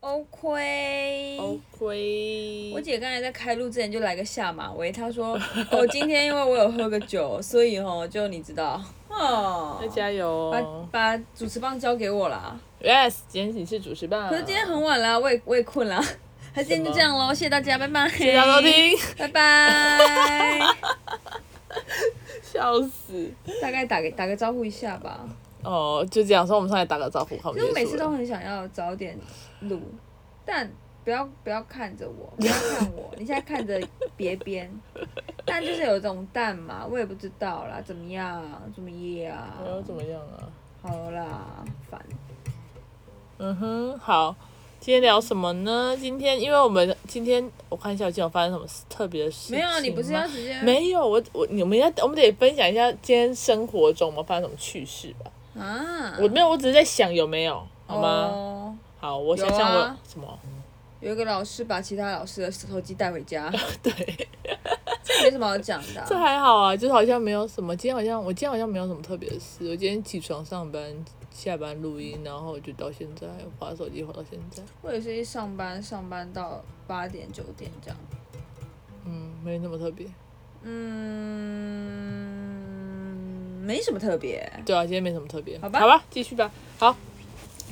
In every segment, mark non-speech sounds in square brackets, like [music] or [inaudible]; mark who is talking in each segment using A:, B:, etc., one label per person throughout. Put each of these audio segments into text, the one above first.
A: OK。
B: OK，
A: 我姐刚才在开录之前就来个下马威，她说：“哦，今天因为我有喝个酒，所以哦，就你知道，哦
B: 要，加油
A: 把
B: 哦
A: 把主持棒交给我啦。
B: ！Yes，今天你是主持棒。
A: 可是今天很晚啦，我也我也困啦，还是今天就这样喽，谢谢大家，拜拜，谢
B: 谢谢大家收，听，
A: 拜拜。
B: 笑死。
A: 大概打个打个招呼一下吧，
B: 哦，就这样，所以我们上来打个招呼，好，我
A: 因
B: 们
A: 为每
B: 结束
A: 次都
B: 了。
A: 很想要早点录，但不要不要看着我，不要看我，你现在看着别边，但就是有一种淡嘛，我也不知道啦，怎么样，怎么样，
B: 没有怎么样啊？
A: 好啦，烦，
B: 嗯哼，好，今天聊什么呢？今天因为我们今天我看一下，今天有发生什么特别的事情
A: 没
B: 吗？
A: 有啊，你不是要直接
B: 没有，我我你们要我们得分享一下今天生活中我们发生什么趣事吧。
A: 啊？
B: 我没有，我只是在想有没有，好吗？
A: 哦
B: 好，我想
A: 有
B: 想我、
A: 啊
B: 什么？ [laughs]
A: 有一个老师把其他老师的手机带回家，
B: 对，
A: 这没什么好讲的啊、
B: [laughs] 这还好啊，就是好像没有什么。今天好像我今天好像没有什么特别的事。我今天起床上班，下班录音，然后就到现在滑手机滑到现在。
A: 我也是一上班上班到八点九点这样。
B: 嗯，没那么特别。
A: 嗯，没什么特别。
B: 对啊，今天没什么特别。
A: 好吧
B: 好吧，继续吧。好，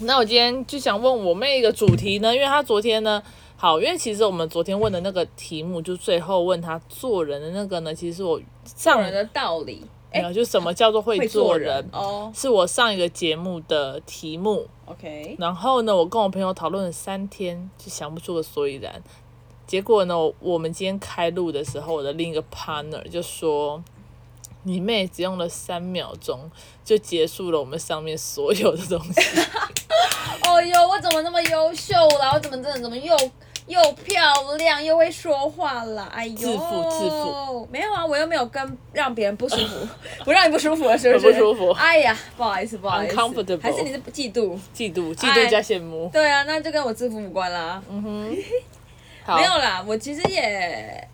B: 那我今天就想问我妹一个主题呢，因为她昨天呢，好，因为其实我们昨天问的那个题目，就最后问她做人的那个呢，其实我上
A: 做人的道理，哎、
B: 没有，就什么叫做会
A: 会
B: 做
A: 做
B: 人，
A: 人哦。
B: 是我上一个节目的题目。
A: OK，
B: 然后呢，我跟我朋友讨论了三天，就想不出个所以然。结果呢，我我们今天开录的时候，我的另一个 partner 就说：“你妹只用了三秒钟就结束了我们上面所有的东西。
A: 哦哟，我怎么那么优秀啦？我怎么真的怎么又又漂亮又会说话啦？哎呦，
B: 自负自负，
A: 没有啊，我又没有跟让别人不舒服， [laughs] 我让你不舒服了是不是？
B: 很不舒服
A: 哎呀，不好意思，不好意思
B: Uncomfortable
A: 还是你是嫉妒？”
B: 嫉妒，嫉
A: 哎
B: 妒加羡慕。
A: 对啊，那就跟我自负无关啦。
B: 好
A: 没，有啦，我其实也，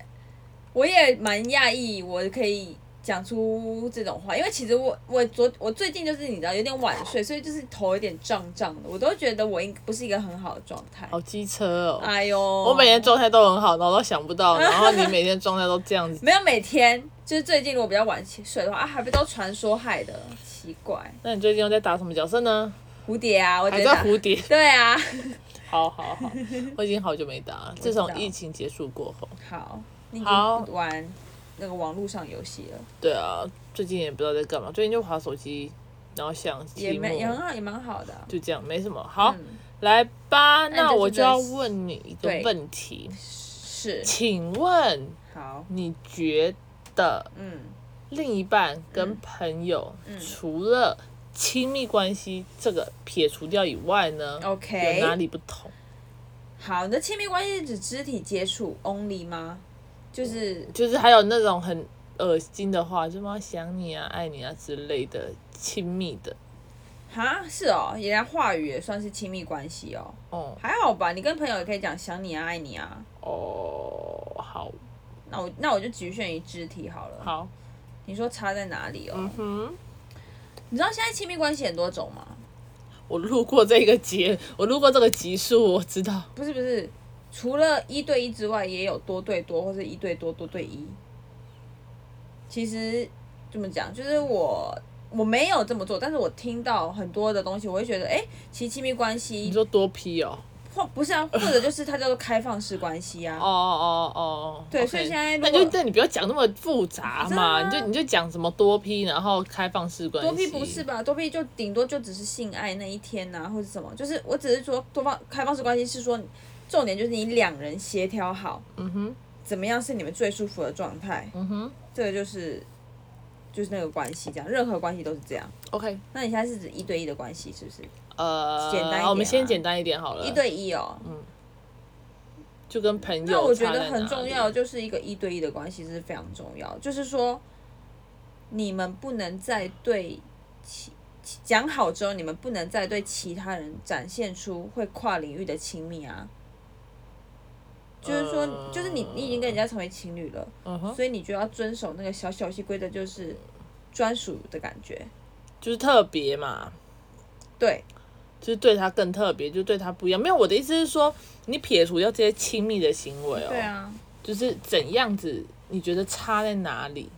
A: 我也蛮讶异，我可以讲出这种话，因为其实我我昨我最近就是你知道有点晚睡，所以就是头有点胀胀的，我都觉得我应不是一个很好的状态。
B: 好机车哦。
A: 哎呦，
B: 我每天状态都很好，然后都想不到，然后你每天状态都
A: [laughs]
B: 这样子。
A: 没有每天，就是最近如果比较晚起睡的话，啊，还不都传说害的，奇怪，
B: 那你最近又在打什么角色呢？
A: 蝴蝶啊，我觉
B: 还
A: 得
B: 在
A: 打
B: 蝴蝶。
A: 对啊，
B: [laughs] 好好
A: [laughs]
B: 好，我已经好久没打了，自
A: 知道
B: 从疫情结束过后。
A: 好，你已
B: 好
A: 经不玩那个网络上游戏了，
B: 对啊，最近也不知道在干嘛，最近就划手机，然后想
A: 也
B: 题目，
A: 没也很好，也蛮好的啊、
B: 就这样，没什么。好，
A: 嗯
B: 来吧，
A: 那你
B: 那
A: 就
B: 我
A: 是
B: 就要
A: 在
B: 问你一个
A: 对
B: 问题，
A: 是
B: 请问
A: 好，
B: 你觉得
A: 嗯。
B: 另一半跟朋友、
A: 嗯
B: 除了亲密关系这个撇除掉以外呢
A: OK
B: 有哪里不同？
A: 好，你的亲密关系是指肢体接触 only 吗？就是
B: 就是还有那种很恶心的话，就妈想你啊、爱你啊之类的亲密的。
A: 哈，是哦，人家话语也算是亲密关系哦，
B: 哦
A: 还好吧？你跟朋友也可以讲想你啊、爱你啊。
B: 哦，好
A: 那我那我就局限于肢体好了。，
B: 好，
A: 你说差在哪里哦？
B: 嗯哼。
A: 你知道现在亲密关系很多种吗？
B: 我路过这个节，我路过这个集数，我知道。
A: 不是不是，除了一对一之外，也有多对多或者一对多多对一。其实怎么讲，就是我我没有这么做，但是我听到很多的东西，我会觉得，哎、其实亲密关系
B: 你说多批哦？
A: 或不是啊，或者就是它叫做开放式关系
B: 哦
A: 啊。
B: 哦哦，
A: 对
B: OK
A: 所以现在如
B: 那
A: 果
B: 你就那你不要讲那么复杂
A: 真的
B: 嘛，
A: 啊
B: 你就你就讲什么多批，然后开放式关系。
A: 多批不是吧？多批就顶多就只是性爱那一天呐、或者什么。就是我只是说多方开放式关系是说，重点就是你两人协调好，
B: 嗯哼，
A: 怎么样是你们最舒服的状态，
B: 嗯哼
A: 这个就是就是那个关系这样，任何关系都是这样。
B: ，OK，
A: 那你现在是指一对一的关系是不是？
B: 呃，
A: 简单一点啊
B: 我们先简单一点好了，
A: 一对一哦，
B: 就跟朋友。啊
A: 那我觉得很重要，，就是一个一对一的关系是非常重要。就是说，你们不能再对其其讲好之后，你们不能再对其他人展现出会跨领域的亲密啊。就是说，
B: 嗯
A: 就是你你已经跟人家成为情侣了，
B: 嗯哼，
A: 所以你就要遵守那个小小细规则，就是专属的感觉。
B: 就是特别嘛，
A: 对，
B: 就是对他更特别，就对他不一样。没有，我的意思是说，你撇除掉这些亲密的行为哦，
A: 对啊。
B: 就是怎样子，你觉得差在哪里？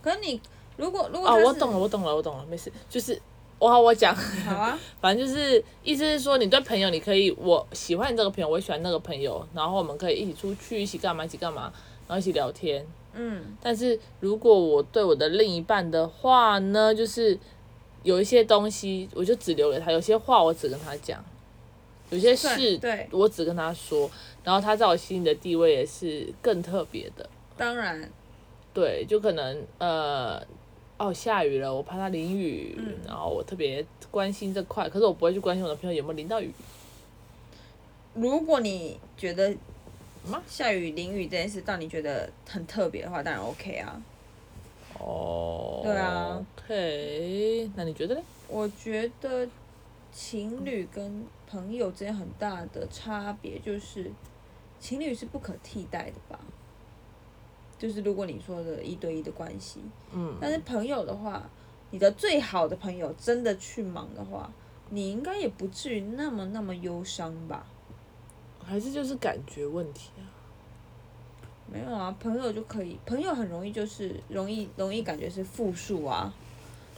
A: 可是你如果如果
B: 哦，
A: 他是
B: 我懂了，我懂了，我懂了，没事，就是我好，我讲， [laughs]
A: 好啊，
B: 反正就是意思是说，你对朋友，你可以，我喜欢你这个朋友，我也喜欢那个朋友，然后我们可以一起出去，一起干嘛，一起干嘛，然后一起聊天。
A: 嗯，
B: 但是如果我对我的另一半的话呢，就是有一些东西我就只留给他，有些话我只跟他讲，有些事
A: 对对
B: 我只跟他说，然后他在我心里的地位也是更特别的。
A: 当然，
B: 对，就可能呃，哦，下雨了，我怕它淋雨，然后我特别关心这块，可是我不会去关心我的朋友有没有淋到雨。
A: 如果你觉得
B: 吗
A: 下雨淋雨这件事让你觉得很特别的话，当然 OK 啊。
B: 哦，
A: 对啊
B: ，OK，那你觉得呢？
A: 我觉得情侣跟朋友之间很大的差别就是，情侣是不可替代的吧？就是如果你说的一对一的关系，
B: 嗯，
A: 但是朋友的话，你的最好的朋友真的去忙的话，你应该也不至于那么那么忧伤吧？
B: 还是就是感觉问题啊。
A: 没有啊，朋友就可以，朋友很容易就是容易容易感觉是复数啊，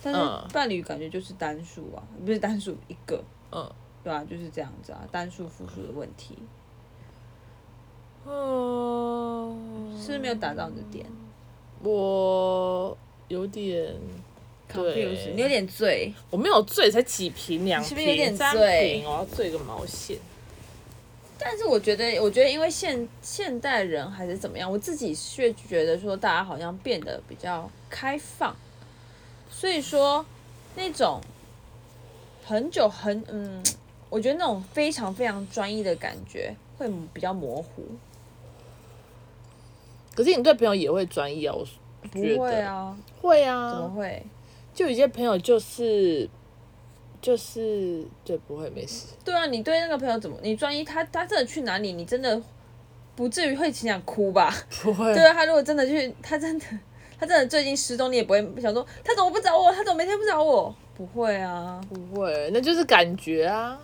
A: 但
B: 嗯
A: 是伴侣感觉就是单数啊，不是单数一个，
B: 嗯，
A: 对啊，就是这样子啊，单数复数的问题
B: 哦，
A: 是不是没有打到你的点
B: 我有点，
A: ，confuse，你有点醉，
B: 我没有醉，才几瓶，两
A: 你是
B: 瓶，
A: 不是有点
B: 三
A: 醉
B: 瓶，我要醉个毛线。
A: 但是我觉得，我觉得因为现现代人还是怎么样，我自己却觉得说大家好像变得比较开放，所以说那种很久很嗯，我觉得那种非常非常专一的感觉会比较模糊。
B: 可是你对朋友也会专一啊？我
A: 不
B: 觉得
A: 会啊，
B: 会
A: 怎么
B: 啊，
A: 会？
B: 就有些朋友就是就是对，不会没事。
A: 对啊，你对那个朋友怎么？你专一他，他真的去哪里，你真的不至于会挺想哭吧？
B: 不会
A: 对啊，他如果真的去，他真的， [laughs] 他真的最近失踪，你也不会想说他怎么不找我，他怎么每天不找我？不会啊，
B: 不会，那就是感觉啊，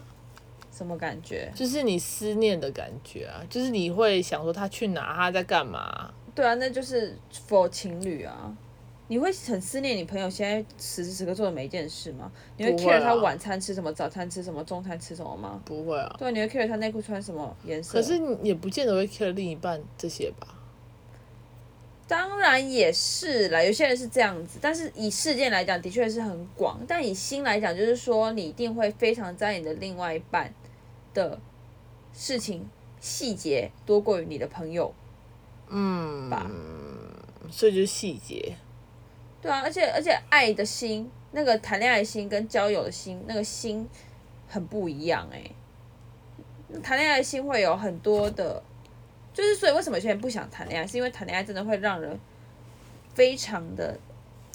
A: 什么感觉？
B: 就是你思念的感觉啊，就是你会想说他去哪，他在干嘛。
A: 对啊，那就是否情侣啊。你会很思念你朋友现在此时此刻做的每一件事吗？你会
B: 不会啊
A: care 他晚餐吃什么、早餐吃什么、中餐吃什么吗？
B: 不会啊，
A: 对啊，你会 care 他内裤穿什么颜色？
B: 可是你也不见得会 care 另一半这些吧？
A: 当然也是啦，有些人是这样子，但是以事件来讲，的确是很广。但以心来讲，就是说你一定会非常在意你的另外一半的事情细节多过于你的朋友
B: 嗯，
A: 吧？
B: 所以就是细节。
A: 对啊，而且而且爱的心，那个谈恋爱的心跟交友的心，那个心很不一样哎、谈恋爱的心会有很多的，就是所以为什么有些人不想谈恋爱，是因为谈恋爱真的会让人非常的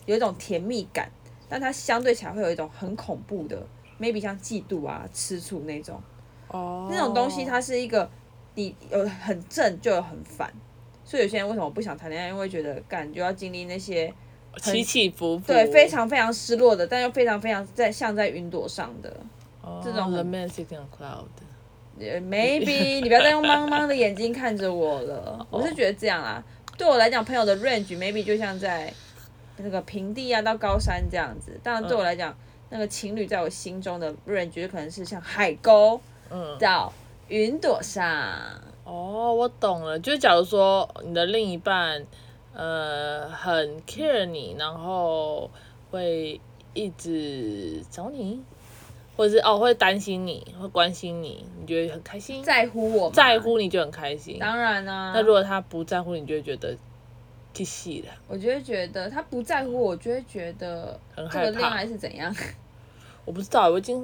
A: 有一种甜蜜感，但它相对起来会有一种很恐怖的，maybe 像嫉妒啊、吃醋那种。
B: 哦，
A: 那种东西它是一个你有很正就有很反，所以有些人为什么不想谈恋爱，因为觉得感就要经历那些。
B: 哦起起伏伏，
A: 对，非常非常失落的，但又非常非常在像在云朵上的。
B: 这
A: 种
B: 的
A: 很
B: man sitting on 哦 cloud。
A: 呃，maybe
B: [laughs]
A: 你不要再用茫茫的眼睛看着我了，我是觉得这样啦。对我来讲，朋友的 range maybe 就像在那个平地啊到高山这样子。当然，对我来讲，那个情侣在我心中的 range 就可能是像海沟
B: 嗯，
A: 到云朵上。
B: 哦，我懂了，就是假如说你的另一半，呃，很 care 你，然后会一直找你，或者是哦会担心你，会关心你，你觉得很开心，
A: 在乎我吗
B: 在，乎你就很开心。
A: 当然啊啦、
B: 那如果他不在乎你，就会觉得气气了。
A: 我就会觉得他不在乎我，就会觉得
B: 很
A: 这
B: 害
A: 个
B: 怕
A: 恋爱是怎样。
B: 我不知道，我已经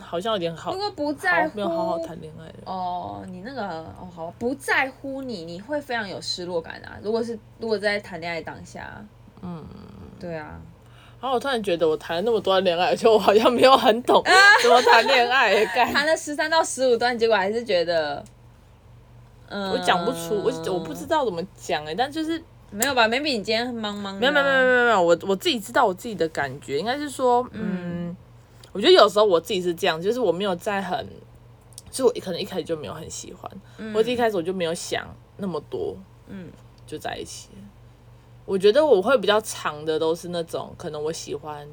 B: 好像有点好
A: 如，果不在
B: 好
A: 乎，
B: 没有好好谈恋爱了。
A: 哦，你那个哦，好不在乎你，你会非常有失落感啊。如果是如果在谈恋爱当下，嗯，对啊，
B: 然后我突然觉得我谈了那么多段恋爱，而且我好像没有很
A: 啊
B: 懂怎么谈恋爱，感
A: 谈了十三到十五段，结果还是觉得，嗯，
B: 我讲不出，我我不知道怎么讲哎、但就是
A: 没有吧？maybe 你今天很茫茫的啊，
B: 没有没有没有没有没有，我我自己知道我自己的感觉，应该是说，嗯，我我觉得有时候我自己是这样，就是我没有在很，就是我可能一开始就没有很喜欢，或者一开始我就没有想那么多，
A: 嗯，
B: 就在一起了。我觉得我会比较长的都是那种，可能我喜欢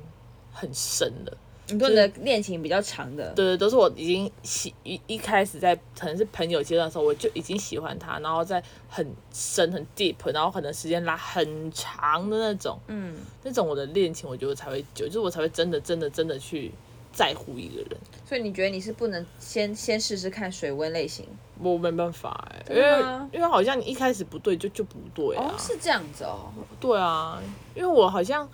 B: 很深的，
A: 你说你的恋情比较长的，
B: 对对，都是我已经喜一一开始在可能是朋友阶段的时候，我就已经喜欢他，然后在很深很 deep，然后可能时间拉很长的那种，
A: 嗯，
B: 那种我的恋情，我觉得我才会久，就是我才会真的真的真的去在乎一个人。
A: 所以你觉得你是不能先先试试看水温类型？
B: 我没办法哎、
A: 真
B: 因
A: 的吗
B: 为因为好像你一开始不对就就不对啊，
A: 啊哦，是这样子哦，
B: 对啊，因为我好像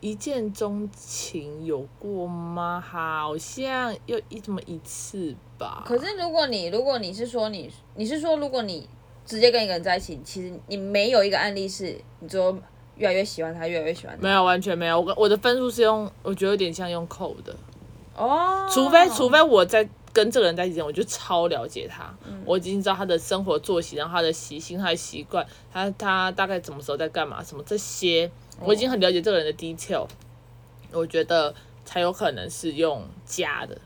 B: 一见钟情有过吗？好像又一这么一次吧。
A: 可是如果你如果你是说你你是说如果你直接跟一个人在一起，其实你没有一个案例是你说越来越喜欢他，越来越喜欢他
B: 没有，完全没有。我跟我的分数是用，我觉得有点像用扣的，
A: 哦，
B: 除非除非我在跟这个人在一起之前，我就超了解他，我已经知道他的生活作息，然后他的习性、他的习惯，他他大概什么时候在干嘛，什么这些，我已经很了解这个人的 detail，、我觉得才有可能是用加的。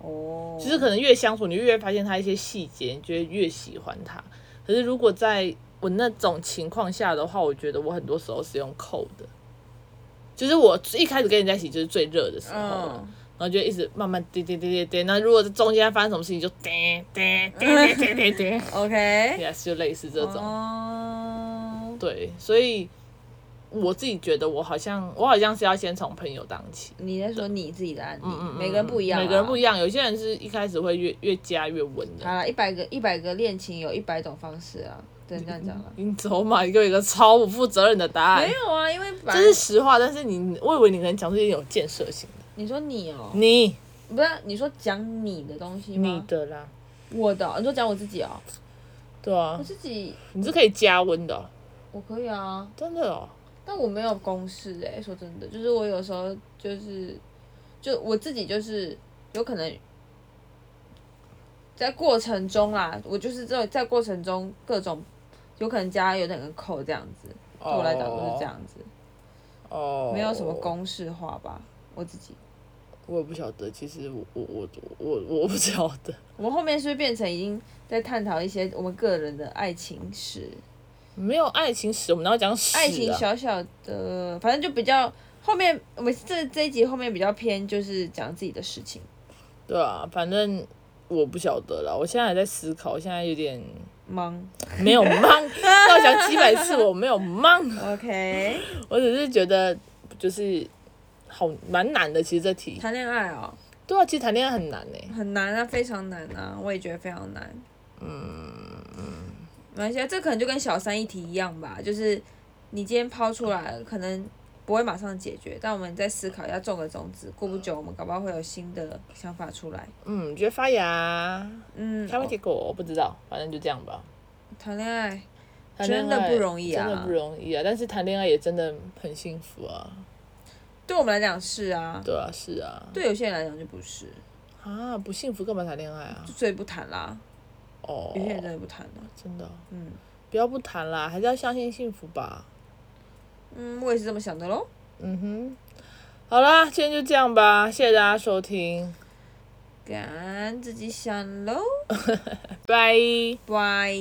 A: 哦，
B: 就是可能越相处，你越发现他一些细节，你就会越喜欢他。可是如果在我那种情况下的话，我觉得我很多时候是用扣的，就是我一开始跟人在一起就是最热的时候了，
A: 嗯
B: 然后就一直慢慢滴滴滴滴滴。那如果是中间发生什么事情，就滴滴滴滴滴
A: [laughs]
B: 滴滴
A: OK，
B: ，yes，就类似这种。
A: 哦，
B: 对，所以我自己觉得我好像我好像是要先从朋友当起。
A: 你在说你自己的案例，
B: 嗯
A: 每个人不一样，啊
B: 每个人不一
A: 样。
B: 样。有些人是一开始会越越加越稳的，
A: 好了，一百个一百个恋情有一百种方式啊，只能这样讲了。
B: 你走马给我一个超不负责任的答案
A: 没，有啊，因为反
B: 这
A: 正
B: 是实话。但是你，我以为你可能讲出一点有建设性的。
A: 你说你哦，
B: 你
A: 不是你说讲你的东西吗？
B: 你的啦，
A: 我的哦，你说讲我自己哦，
B: 对啊
A: 我，自己
B: 你是可以加温的哦、
A: 我可以啊，
B: 真的哦。
A: 但我没有公式哎、说真的，就是我有时候就是，就我自己就是有可能在过程中啦，我就是在在过程中各种有可能加有点扣这样子，对
B: 对
A: 我来讲都是这样子，
B: 哦，
A: 没有什么。公式化吧，我自己。
B: 我也不晓得，其实我我我我我不晓得。
A: 我们后面是不是变成已经在探讨一些我们个人的爱情史？
B: 没有爱情史，我们哪会讲史、啊？
A: 爱情小小的，反正就比较后面，我们这这一集后面比较偏就是讲自己的事情，
B: 对啊，反正我不晓得啦。我现在还在思考，我现在有点
A: 忙。
B: 没有忙，要讲几百次我没有忙。
A: OK，
B: 我只是觉得就是好蛮难的，其实这题。
A: 谈恋爱哦，
B: 对啊，其实谈恋爱很难呢、
A: 很难啊，非常难啊，我也觉得非常难。嗯没关系啊，这可能就跟小三一题一样吧，就是你今天抛出来了，可能不会马上解决，但我们再思考一下，种个种子，过不久我们搞不好会有新的想法出来。
B: 嗯，觉得发芽，啊
A: 嗯，哦
B: 开花结果我不知道，反正就这样吧。
A: 谈恋爱，
B: 谈恋
A: 真的
B: 爱
A: 不容易啊
B: 真的不容易啊！但是谈恋爱也真的很幸福啊。
A: 对我们来讲是啊，
B: 对啊，是啊。
A: 对有些人来讲就不是，
B: 啊，不幸福干嘛谈恋爱啊
A: 就？所以不谈啦，
B: 哦
A: 有，些人真的不谈了。
B: 真的，
A: 嗯
B: 不要不谈啦，还是要相信幸福吧。
A: 嗯，我也是这么想的喽。
B: 嗯哼，好啦，今天就这样吧，谢谢大家收听，
A: 敢自己想喽，
B: 拜。
A: 拜。